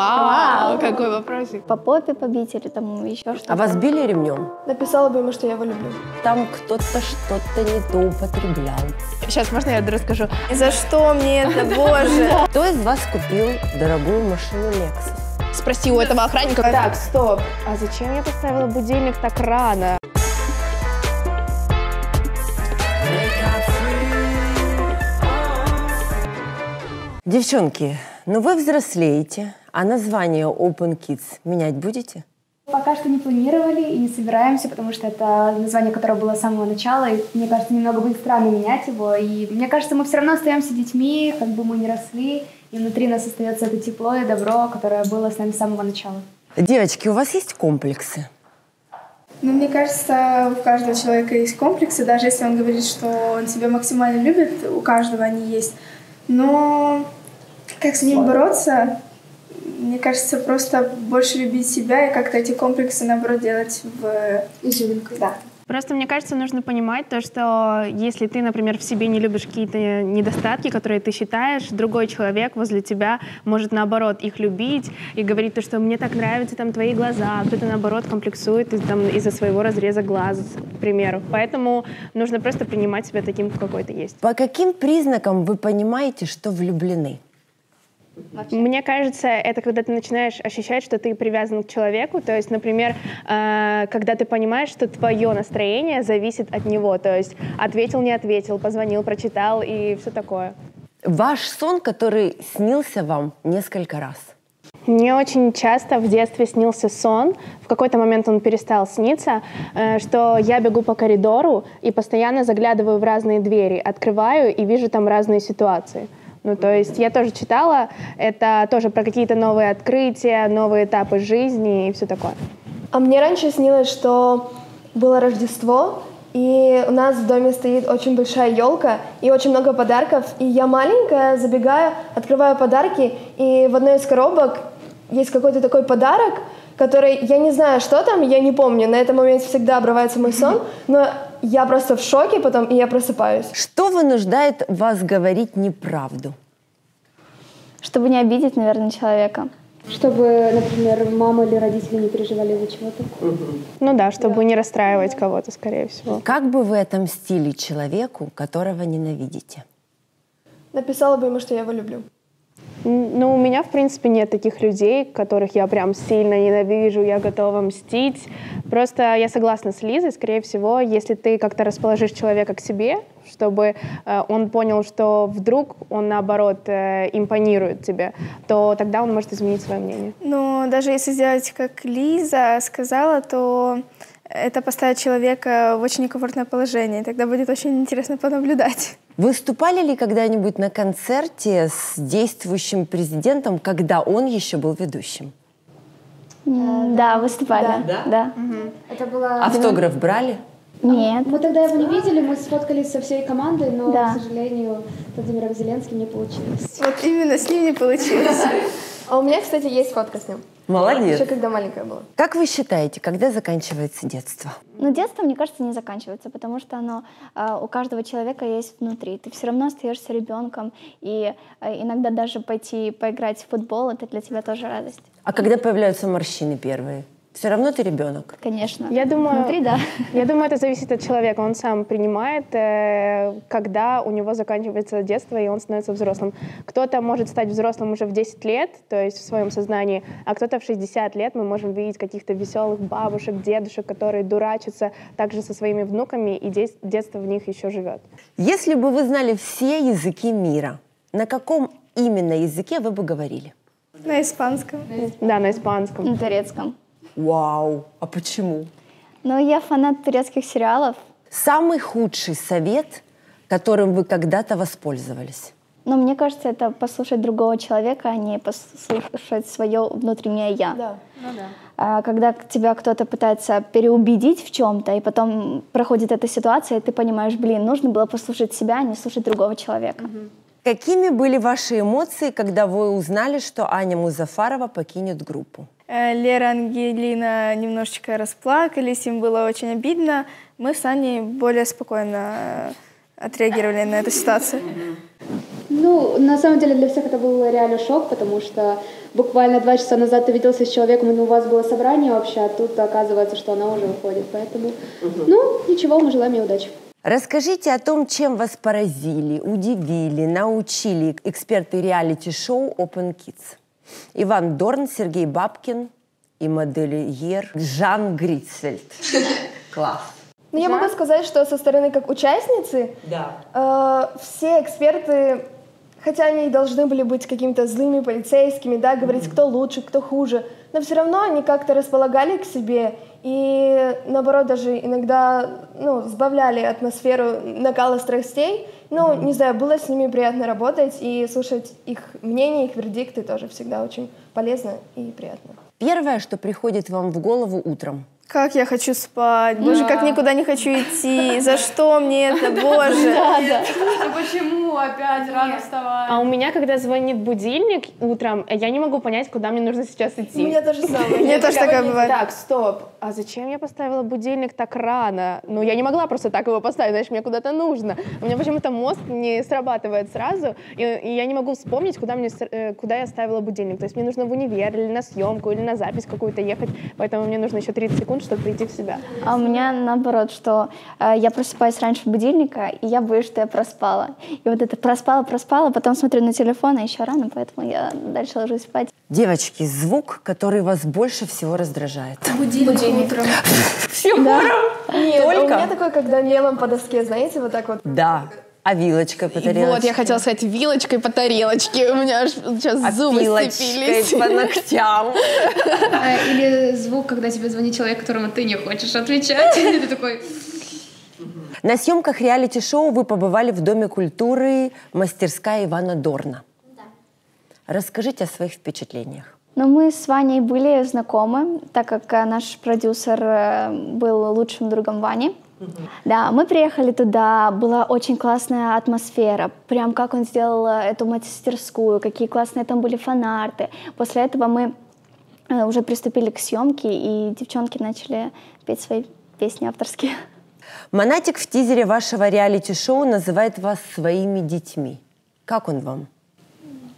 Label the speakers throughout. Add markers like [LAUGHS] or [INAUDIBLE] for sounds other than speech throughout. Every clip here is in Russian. Speaker 1: Вау, какой вопросик.
Speaker 2: По попе побить или там еще что-то.
Speaker 3: А вас били ремнем?
Speaker 4: Написала бы ему, что я его люблю.
Speaker 3: Там кто-то что-то не то употреблял.
Speaker 1: Сейчас можно я расскажу?
Speaker 4: За что
Speaker 1: [LAUGHS]
Speaker 4: мне это, боже?
Speaker 3: Кто из вас купил дорогую машину Lexus?
Speaker 1: Спроси у этого охранника.
Speaker 4: Так, стоп.
Speaker 1: а зачем я поставила будильник так рано?
Speaker 3: Девчонки, ну вы взрослеете, а название Open Kids менять будете?
Speaker 5: Пока что не планировали и не собираемся, потому что это название, которое было с самого начала, и мне кажется, немного будет странно менять его. И мне кажется, мы все равно остаемся детьми, как бы мы не росли, и внутри нас остается это тепло и добро, которое было с нами с самого начала.
Speaker 3: Девочки, у вас есть комплексы?
Speaker 6: Ну, мне кажется, у каждого человека есть комплексы, даже если он говорит, что он себя максимально любит, у каждого они есть. Но как с ним бороться? Мне кажется, просто больше любить себя и как-то эти комплексы, наоборот, делать в... Изюминкой. Да.
Speaker 7: Просто, мне кажется, нужно понимать то, что если ты, например, в себе не любишь какие-то недостатки, которые ты считаешь, другой человек возле тебя может, наоборот, их любить и говорить то, что мне так нравятся там твои глаза, а кто-то, наоборот, комплексует из- там, из-за своего разреза глаз, к примеру. Поэтому нужно просто принимать себя таким, какой ты есть.
Speaker 3: По каким признакам вы понимаете, что влюблены?
Speaker 7: Мне кажется, это когда ты начинаешь ощущать, что ты привязан к человеку. То есть, например, э, когда ты понимаешь, что твое настроение зависит от него. То есть ответил, не ответил, позвонил, прочитал и все такое.
Speaker 3: Ваш сон, который снился вам несколько раз.
Speaker 7: Мне очень часто в детстве снился сон, в какой-то момент он перестал сниться, э, что я бегу по коридору и постоянно заглядываю в разные двери, открываю и вижу там разные ситуации. Ну, то есть я тоже читала, это тоже про какие-то новые открытия, новые этапы жизни и все такое.
Speaker 4: А мне раньше снилось, что было Рождество, и у нас в доме стоит очень большая елка и очень много подарков. И я маленькая забегаю, открываю подарки, и в одной из коробок есть какой-то такой подарок, который я не знаю, что там, я не помню. На этом моменте всегда обрывается мой сон, но я просто в шоке потом, и я просыпаюсь.
Speaker 3: Что вынуждает вас говорить неправду?
Speaker 2: Чтобы не обидеть, наверное, человека.
Speaker 5: Чтобы, например, мама или родители не переживали из-за чего-то.
Speaker 7: Ну да, чтобы не расстраивать кого-то, скорее всего.
Speaker 3: Как бы вы отомстили человеку, которого ненавидите?
Speaker 4: Написала бы ему, что я его люблю.
Speaker 7: М, Ну, у меня, в принципе, нет таких людей, которых я прям сильно ненавижу, я готова мстить. Просто я согласна с Лизой, скорее всего, если ты как-то расположишь человека к себе, чтобы э, он понял, что вдруг он, наоборот, э, импонирует тебе, то тогда он может изменить свое мнение.
Speaker 6: Но даже если сделать, как Лиза сказала, то это поставит человека в очень некомфортное положение. Тогда будет очень интересно понаблюдать.
Speaker 3: Выступали ли когда-нибудь на концерте с действующим президентом, когда он еще был ведущим?
Speaker 2: М, Да, выступали. Да?
Speaker 5: Это было...
Speaker 3: А Автограф брали?
Speaker 2: Нет.
Speaker 5: Мы тогда его не видели, мы сфоткались со всей командой, но,
Speaker 2: Да.
Speaker 5: к сожалению, с Владимиром Зеленским не получилось.
Speaker 6: Вот именно с ним не получилось.
Speaker 4: А у меня, кстати, есть фотка с ним. Еще
Speaker 3: Молодец.
Speaker 4: когда маленькая была.
Speaker 3: Как вы считаете, когда заканчивается детство?
Speaker 2: Но детство, мне кажется, не заканчивается, потому что оно а, у каждого человека есть внутри. Ты все равно остаешься ребенком, и а, иногда даже пойти поиграть в футбол это для тебя тоже радость.
Speaker 3: А когда появляются морщины первые? Все равно ты ребенок.
Speaker 2: Конечно.
Speaker 7: Я думаю-
Speaker 2: Внутри, да. [LAUGHS]
Speaker 7: Я думаю, это зависит от человека. Он сам принимает, э, когда у него заканчивается детство, и он становится взрослым. Кто-то может стать взрослым уже в 10 лет, то есть в своем сознании, а кто-то в 60 лет. Мы можем видеть каких-то веселых бабушек, дедушек, которые дурачатся также со своими внуками, и дес- детство в них еще живет.
Speaker 3: Если бы вы знали все языки мира, на каком именно языке вы бы говорили?
Speaker 6: На испанском.
Speaker 7: Да, на испанском.
Speaker 2: На турецком.
Speaker 3: Вау, а почему?
Speaker 2: Но я фанат турецких сериалов,
Speaker 3: Самый худший совет, которым вы когда-то воспользовались?
Speaker 2: но мне кажется, это послушать другого человека, а не послушать свое внутреннее я.
Speaker 4: Да.
Speaker 2: А, Когда к- тебя кто-то пытается переубедить в чем-то, и потом проходит эта ситуация, и ты понимаешь, блин, нужно было послушать себя, а не слушать другого человека.
Speaker 3: Какими были ваши эмоции, когда вы узнали, что Аня Музафарова покинет группу?
Speaker 6: Э, Лера, Ангелина немножечко расплакались, им было очень обидно. Мы с Аней более спокойно э, отреагировали на эту ситуацию.
Speaker 5: Ну, на самом деле для всех это был реально шок, потому что
Speaker 8: буквально два часа назад ты виделся с человеком, и у вас было собрание общее, а тут оказывается, что она уже уходит. Поэтому, ну, ничего, мы желаем ей удачи.
Speaker 3: Расскажите о том, чем вас поразили, удивили, научили эксперты реалити-шоу Open Kids. Иван Дорн, Сергей Бабкин и модельер
Speaker 9: [LAUGHS]
Speaker 3: Жан Грицельд. Класс.
Speaker 4: Ну, я могу сказать, что со стороны как участницы
Speaker 3: Да.
Speaker 4: Э, все эксперты, хотя они и должны были быть какими-то злыми полицейскими, да, говорить, кто лучше, кто хуже, но все равно они как-то располагали к себе и, наоборот, даже иногда, ну, сбавляли атмосферу накала страстей. Ну, не знаю, было с ними приятно работать и слушать их мнение, их вердикты тоже всегда очень полезно и приятно.
Speaker 3: Первое, что приходит вам в голову утром.
Speaker 10: Как я хочу спать, боже, как никуда не хочу идти, за что мне это, боже.
Speaker 9: Почему опять рано вставать?
Speaker 7: А у меня, когда звонит будильник утром, я не могу понять, куда мне нужно сейчас идти.
Speaker 4: У меня тоже
Speaker 7: [LAUGHS]
Speaker 4: самое.
Speaker 10: Мне тоже такое бывает.
Speaker 7: Так, стоп. А зачем я поставила будильник так рано? Ну, я не могла просто так его поставить, знаешь, мне куда-то нужно. У меня почему-то мозг не срабатывает сразу, и, и я не могу вспомнить, куда, мне, с- э, куда я ставила будильник. То есть мне нужно в универ или на съемку, или на запись какую-то ехать, поэтому мне нужно еще 30 секунд, чтобы прийти в себя.
Speaker 2: А у меня наоборот, что э, я просыпаюсь раньше будильника, и я боюсь, что я проспала. И вот это проспала, проспала, потом смотрю на телефон, а еще рано, поэтому я дальше ложусь спать.
Speaker 3: Девочки, звук, который вас больше всего раздражает.
Speaker 4: Нет, а у меня такое, как Даниэлом по доске, знаете, вот так вот.
Speaker 3: Да. А вилочкой по тарелочке?
Speaker 9: Вот, я хотела сказать вилочкой по тарелочке. У меня аж сейчас
Speaker 3: А
Speaker 9: зубы
Speaker 3: пилочкой
Speaker 9: сцепились.
Speaker 3: по ногтям.
Speaker 8: А, Или звук, когда тебе звонит человек, которому ты не хочешь [LAUGHS] отвечать. И ты такой...
Speaker 3: На съемках реалити-шоу вы побывали в Доме культуры мастерская Ивана Дорна. Расскажите о своих впечатлениях.
Speaker 2: Но мы с Ваней были знакомы, так как э, наш продюсер э, был лучшим другом Вани. Да, мы приехали туда, была очень классная атмосфера, прям как он сделал э, эту мастерскую, какие классные там были фанарты. После этого мы э, уже приступили к съемке, и девчонки начали петь свои песни авторские.
Speaker 3: Монатик в тизере вашего реалити-шоу называет вас своими детьми. Как он вам?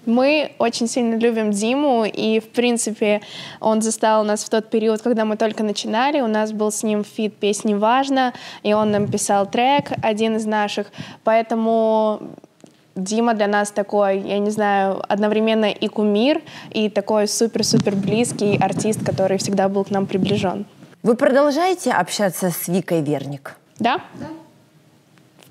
Speaker 7: Мы очень сильно любим Диму, и, в принципе, он застал нас в тот период, когда мы только начинали. У нас был с ним фит песни «Важно», и он нам писал трек, один из наших. Поэтому Дима для нас такой, я не знаю, одновременно и кумир, и такой супер-супер близкий артист, который всегда был к нам приближен.
Speaker 3: Вы продолжаете общаться с Викой Верник?
Speaker 7: Да? Да.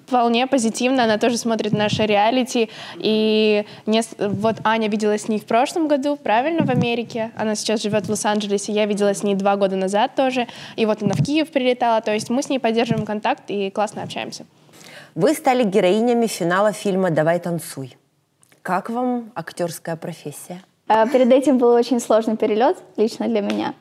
Speaker 7: Вполне позитивно, она тоже смотрит наши реалити, и нес- вот Аня видела с ней в прошлом году, правильно, в Америке, она сейчас живет в Лос-Анджелесе, я видела с ней два года назад тоже, и вот она в Киев прилетала, то есть мы с ней поддерживаем контакт и классно общаемся.
Speaker 3: Вы стали героинями финала фильма «Давай танцуй». Как вам актерская профессия?
Speaker 2: А, Перед этим был очень сложный перелет, лично для меня.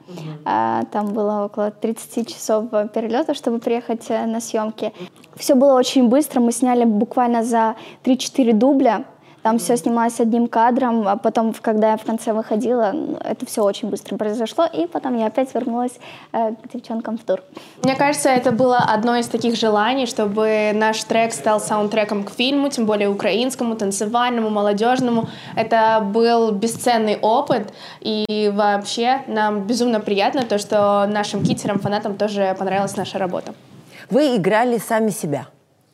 Speaker 2: А, Там было около 30 часов э, перелета, чтобы приехать э, на съемки. Все было очень быстро, мы сняли буквально за 3-4 дубля. Там все снималось одним кадром, а потом, в- когда я в конце выходила, м, это все очень быстро произошло, и потом я опять вернулась э, к девчонкам в тур.
Speaker 7: Мне кажется, это было одно из таких желаний, чтобы наш трек стал саундтреком к фильму, тем более украинскому, танцевальному, молодежному. Это был бесценный опыт, и вообще нам безумно приятно то, что нашим китерам, фанатам тоже понравилась наша работа.
Speaker 3: Вы играли сами себя?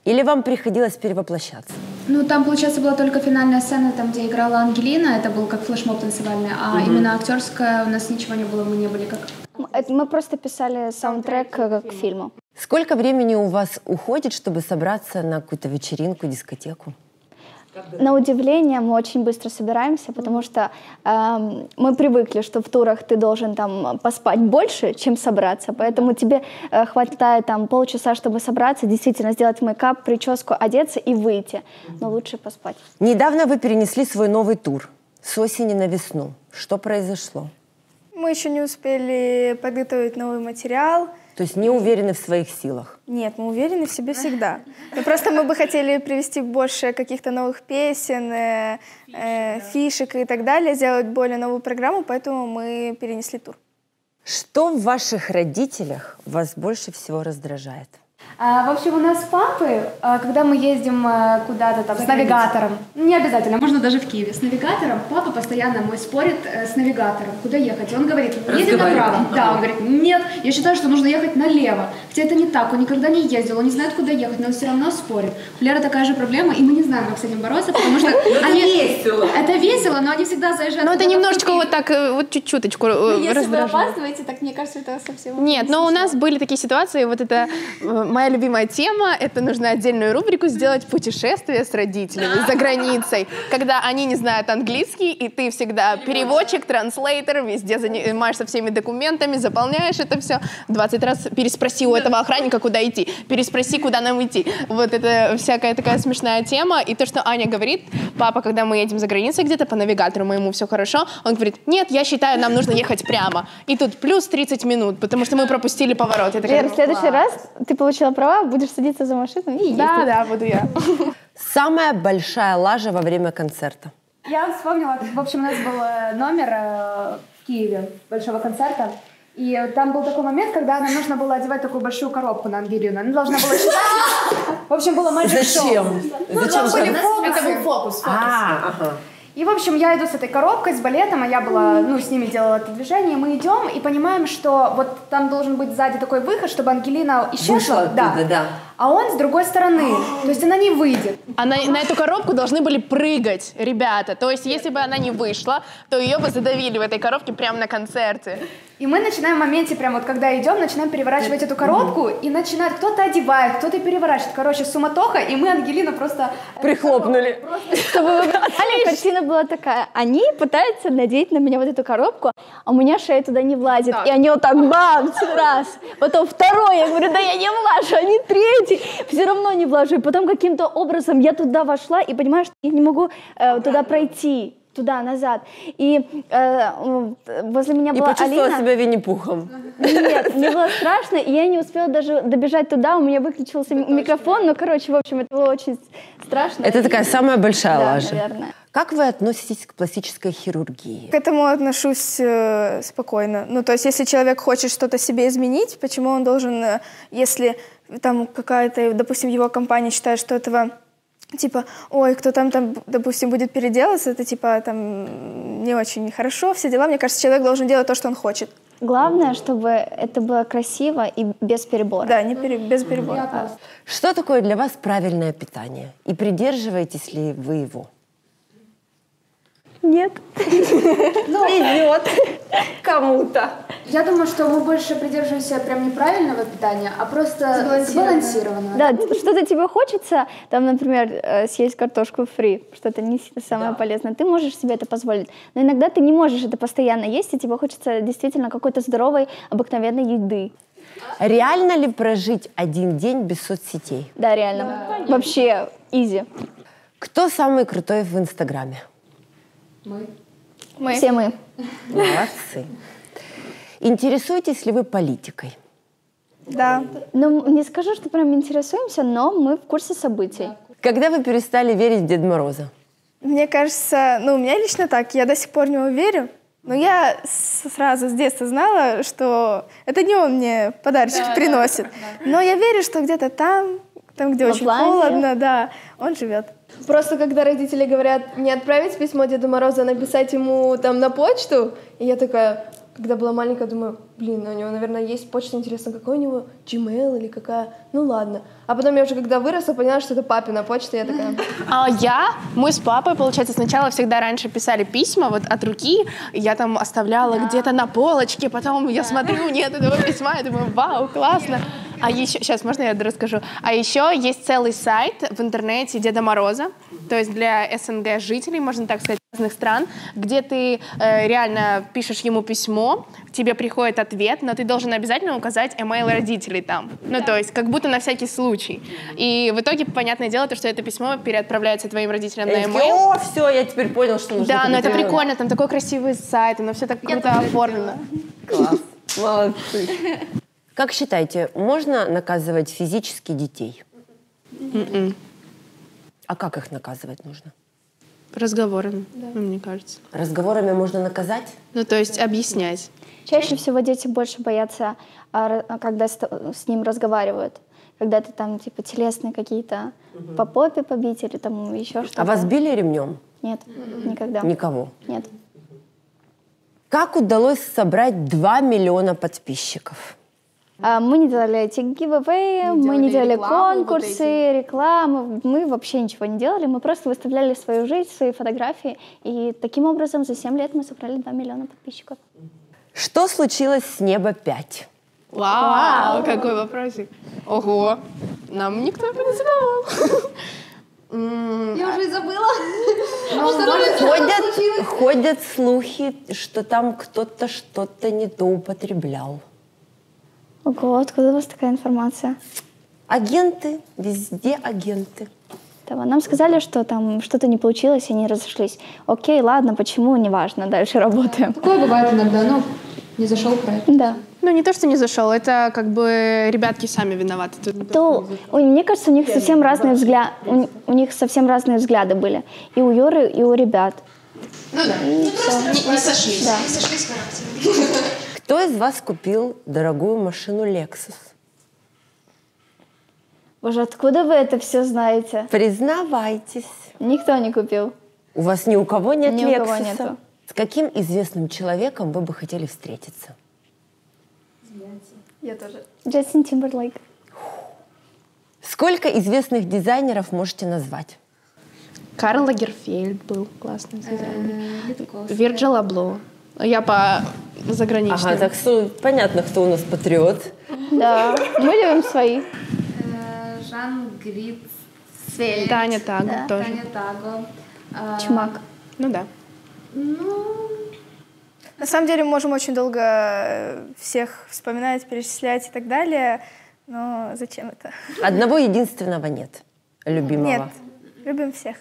Speaker 3: Или вам приходилось перевоплощаться?
Speaker 8: Ну, там, получается, была только финальная сцена, там, где играла Ангелина, это был как флешмоб танцевальный, а именно актерская у нас ничего не было, мы не были как...
Speaker 2: М, это- Мы просто писали саундтрек э, к фильму.
Speaker 3: Сколько времени у вас уходит, чтобы собраться на какую-то вечеринку, дискотеку?
Speaker 2: На удивление мы очень быстро собираемся, потому что эм, мы привыкли, что в турах ты должен там поспать больше, чем собраться, поэтому тебе э, хватает там полчаса, чтобы собраться, действительно сделать мейкап, прическу, одеться и выйти. Но лучше поспать.
Speaker 3: Недавно вы перенесли свой новый тур с осени на весну. Что произошло?
Speaker 10: Мы еще не успели подготовить новый материал.
Speaker 3: То есть не уверены в своих силах.
Speaker 10: Нет, мы уверены в себе всегда. Ну, просто мы бы хотели привести больше каких-то новых песен, э, э, фишек и так далее, сделать более новую программу, поэтому мы перенесли тур.
Speaker 3: Что в ваших родителях вас больше всего раздражает?
Speaker 5: А, в общем, у нас папы, а, когда мы ездим а, куда-то там с навигатором, ну, не обязательно, можно даже в Киеве, с навигатором, папа постоянно мой спорит э, с навигатором, куда ехать. И Он говорит, едем направо. Да, он говорит, нет, я считаю, что нужно ехать налево. Хотя это не так, он никогда не ездил, он не знает, куда ехать, но он все равно спорит. У Леры такая же проблема, и мы не знаем, как с этим бороться, потому что они... весело. Это весело, но они всегда заезжают.
Speaker 7: Ну, это
Speaker 5: куда-то в
Speaker 7: немножечко вот так, э, вот чуть-чуточку э,
Speaker 11: Если вы
Speaker 7: раздражает.
Speaker 11: опаздываете, так мне кажется, это совсем...
Speaker 7: Нет, но у нас были такие ситуации, вот это э, моя любимая тема, это нужно отдельную рубрику сделать «Путешествие с родителями за границей», когда они не знают английский, и ты всегда переводчик, транслейтер, везде занимаешься всеми документами, заполняешь это все. 20 раз переспроси у этого охранника, куда идти, переспроси, куда нам идти. Вот это всякая такая смешная тема, и то, что Аня говорит, папа, когда мы едем за границей где-то по навигатору, моему все хорошо, он говорит, нет, я считаю, нам нужно ехать прямо. И тут плюс 30 минут, потому что мы пропустили поворот. Я такая, «Ну
Speaker 2: Лер, в следующий раз ты получила права, будешь садиться за машину и
Speaker 7: Да, да, буду я.
Speaker 3: Самая большая лажа во время концерта.
Speaker 5: Я вспомнила, в общем, у нас был э, номер э, в Киеве большого концерта. И там был такой момент, когда нам нужно было одевать такую большую коробку на Ангелину. Она должна была считать. В общем, было magic шоу.
Speaker 3: Зачем?
Speaker 5: Ну, там были фокусы.
Speaker 3: А, ага.
Speaker 5: И, в общем, я иду с этой коробкой, с балетом, а я была, ну, с ними делала это движение, и мы идем и понимаем, что вот там должен быть сзади такой выход, чтобы Ангелина исчезла.
Speaker 3: Вышла оттуда, да.
Speaker 5: А он с другой стороны, то есть она не выйдет.
Speaker 7: А на, на эту коробку должны были прыгать ребята. То есть, если бы она не вышла, то ее бы задавили в этой коробке прямо на концерте.
Speaker 5: И мы начинаем в моменте, прям вот когда идем, начинаем переворачивать эту коробку, и начинает кто-то одевает, кто-то переворачивает. Короче, суматоха, и мы Ангелину просто...
Speaker 3: Прихлопнули.
Speaker 2: Чтобы вы понимали, картина была такая. Они пытаются надеть на меня вот эту коробку, а у меня шея туда не влазит. И они вот так бам, раз. Потом второй, я говорю, да я не влажу, они третий. Все равно не влажу. И потом каким-то образом я туда вошла и понимаю, что я не могу э, туда пройти туда-назад. И э, м, возле меня
Speaker 3: И
Speaker 2: была
Speaker 3: почувствовала
Speaker 2: Алина.
Speaker 3: себя Винни-Пухом.
Speaker 2: Нет, мне было страшно, и я не успела даже добежать туда, у меня выключился м- микрофон, ну, короче, в общем, это было очень с- страшно.
Speaker 3: Это
Speaker 2: И-
Speaker 3: такая самая большая
Speaker 2: Да,
Speaker 3: лажа.
Speaker 2: наверное.
Speaker 3: Как вы относитесь к пластической хирургии?
Speaker 10: К этому отношусь э, спокойно. Ну, то есть, если человек хочет что-то себе изменить, почему он должен, э, если там какая-то, допустим, его компания считает, что этого типа, ой, кто там, там, допустим, будет переделаться, это типа там не очень хорошо, все дела. Мне кажется, человек должен делать то, что он хочет.
Speaker 2: Главное, чтобы это было красиво и без перебора.
Speaker 10: Да, не пере- без перебора.
Speaker 3: Что такое для вас правильное питание? И придерживаетесь ли вы его?
Speaker 2: Нет.
Speaker 3: Везет кому-то.
Speaker 5: Я думаю, что мы больше придерживаемся прям неправильного питания, а просто сбалансированного.
Speaker 2: Да, т- что-то тебе хочется, там, например, э, съесть картошку фри, что это не сильно самое полезное, ты можешь себе это позволить. Но иногда ты не можешь это постоянно есть, и тебе хочется действительно какой-то здоровой, обыкновенной еды.
Speaker 3: Реально ли прожить один день без соцсетей?
Speaker 2: Да, реально. Вообще, изи.
Speaker 3: Кто самый крутой в Инстаграме?
Speaker 2: Все мы.
Speaker 3: Молодцы. Интересуетесь ли вы политикой?
Speaker 10: Да.
Speaker 2: Ну, м, не скажу, что прям интересуемся, но мы в курсе событий.
Speaker 3: Когда вы перестали верить в Деда Мороза?
Speaker 10: Мне кажется, ну, у меня лично так, я до сих пор не верю. Но я с- сразу с детства знала, что это не он мне подарочки приносит. Но я верю, что где-то там, там, где
Speaker 2: В
Speaker 10: очень
Speaker 2: Лапландии.
Speaker 10: холодно, да, он живет.
Speaker 12: Просто когда родители говорят, не отправить письмо Деду Морозу, а написать ему там на почту, и я такая, когда была маленькая, думаю, блин, у него, наверное, есть почта, интересно, какой у него, Gmail или какая, ну ладно. А потом я уже когда выросла, поняла, что это папина почта, и я такая,
Speaker 7: А я, мы с папой, получается, сначала всегда раньше писали письма вот от руки, и я там оставляла где-то на полочке, потом я смотрю, нет этого письма, я думаю, вау, классно. А еще, сейчас, можно я расскажу? А еще есть целый сайт в интернете Деда Мороза, то есть для СНГ жителей, можно так сказать, разных стран, где ты э, реально пишешь ему письмо, тебе приходит ответ, но ты должен обязательно указать email родителей там. Ну, то есть, как будто на всякий случай. И в итоге, понятное дело, то, что это письмо переотправляется твоим родителям на
Speaker 3: Они такие,
Speaker 7: email.
Speaker 3: О, все, я теперь понял, что нужно.
Speaker 7: Да, но это
Speaker 3: купить».
Speaker 7: прикольно, там такой красивый сайт, оно все так круто оформлено.
Speaker 3: Класс. Молодцы. Как считаете, можно наказывать физически детей?
Speaker 7: М-м.
Speaker 3: А как их наказывать нужно?
Speaker 13: Разговорами, ну, мне кажется.
Speaker 3: Разговорами можно наказать?
Speaker 13: Ну, то есть объяснять.
Speaker 2: Чаще всего дети больше боятся, а, ра- а, когда с, т- с ним разговаривают. когда ты там, типа, телесные какие-то по попе побить или там еще что-то.
Speaker 3: А вас били ремнем?
Speaker 2: Нет, никогда.
Speaker 3: Никого.
Speaker 2: Нет.
Speaker 3: Как удалось собрать 2 миллиона подписчиков?
Speaker 2: А, Мы не делали эти giveaway, мы не делали
Speaker 14: рекламу вот
Speaker 2: конкурсы, рекламы, мы вообще ничего не делали, мы просто выставляли свою жизнь, свои фотографии, и таким образом за 7 лет мы собрали 2 миллиона подписчиков.
Speaker 3: Что случилось с неба 5?
Speaker 7: Вау, какой вопросик. Ого, нам никто его не задавал. М,
Speaker 5: Я уже и забыла. Что там
Speaker 3: Ходят, ходят слухи, что там кто-то что-то не то употреблял.
Speaker 2: Ого, откуда у вас такая информация?
Speaker 3: Агенты, везде агенты.
Speaker 2: Там, а нам сказали, что там что-то не получилось, и они разошлись. Окей, ладно, почему, неважно, дальше работаем.
Speaker 5: Такое бывает иногда, ну, не зашел проект.
Speaker 2: Да.
Speaker 7: Ну, не то, что не зашел, это как бы ребятки сами виноваты. Тут
Speaker 2: То, у- мне кажется, у них совсем разные взгляды, у, у них совсем разные взгляды были. И у Юры, и у ребят.
Speaker 14: Не сошлись.
Speaker 2: Да.
Speaker 3: Кто из вас купил дорогую машину Lexus?
Speaker 2: Боже, откуда вы это все знаете?
Speaker 3: Признавайтесь.
Speaker 2: Никто не купил.
Speaker 3: У вас ни у кого нет
Speaker 2: Ни у кого
Speaker 3: Lexus.
Speaker 2: нету.
Speaker 3: С каким известным человеком вы бы хотели встретиться?
Speaker 2: Джастин Тимберлейк.
Speaker 3: Сколько известных дизайнеров можете назвать?
Speaker 7: Карл Лагерфельд был классный. Вирджил Абло. Я по заграничным.
Speaker 3: что понятно, кто у нас патриот.
Speaker 2: Да, мы любим свои.
Speaker 5: Э,
Speaker 15: Жан Грит.
Speaker 7: Таня Тагу тоже.
Speaker 15: Таго.
Speaker 5: Э,
Speaker 2: Чумак.
Speaker 7: Ну да.
Speaker 5: ну,
Speaker 10: На самом деле мы можем очень долго э, всех вспоминать, перечислять и так далее, но зачем это?
Speaker 3: Одного единственного нет. Любимого.
Speaker 10: Нет, любим всех.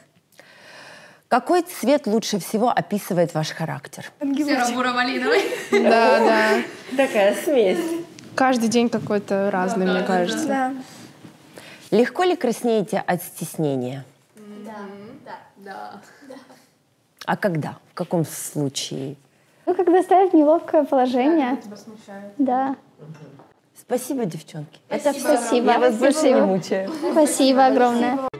Speaker 3: Какой цвет лучше всего описывает ваш характер?
Speaker 7: Да, да.
Speaker 3: Такая смесь.
Speaker 7: Каждый день какой-то разный, мне кажется.
Speaker 10: Да.
Speaker 3: Легко ли краснеете от стеснения? Да. Да. Да. А когда? В каком случае?
Speaker 2: Ну, когда ставят в неловкое положение. Да.
Speaker 3: Спасибо, девчонки.
Speaker 2: Спасибо.
Speaker 3: Я вас больше не мучаю.
Speaker 2: Спасибо огромное.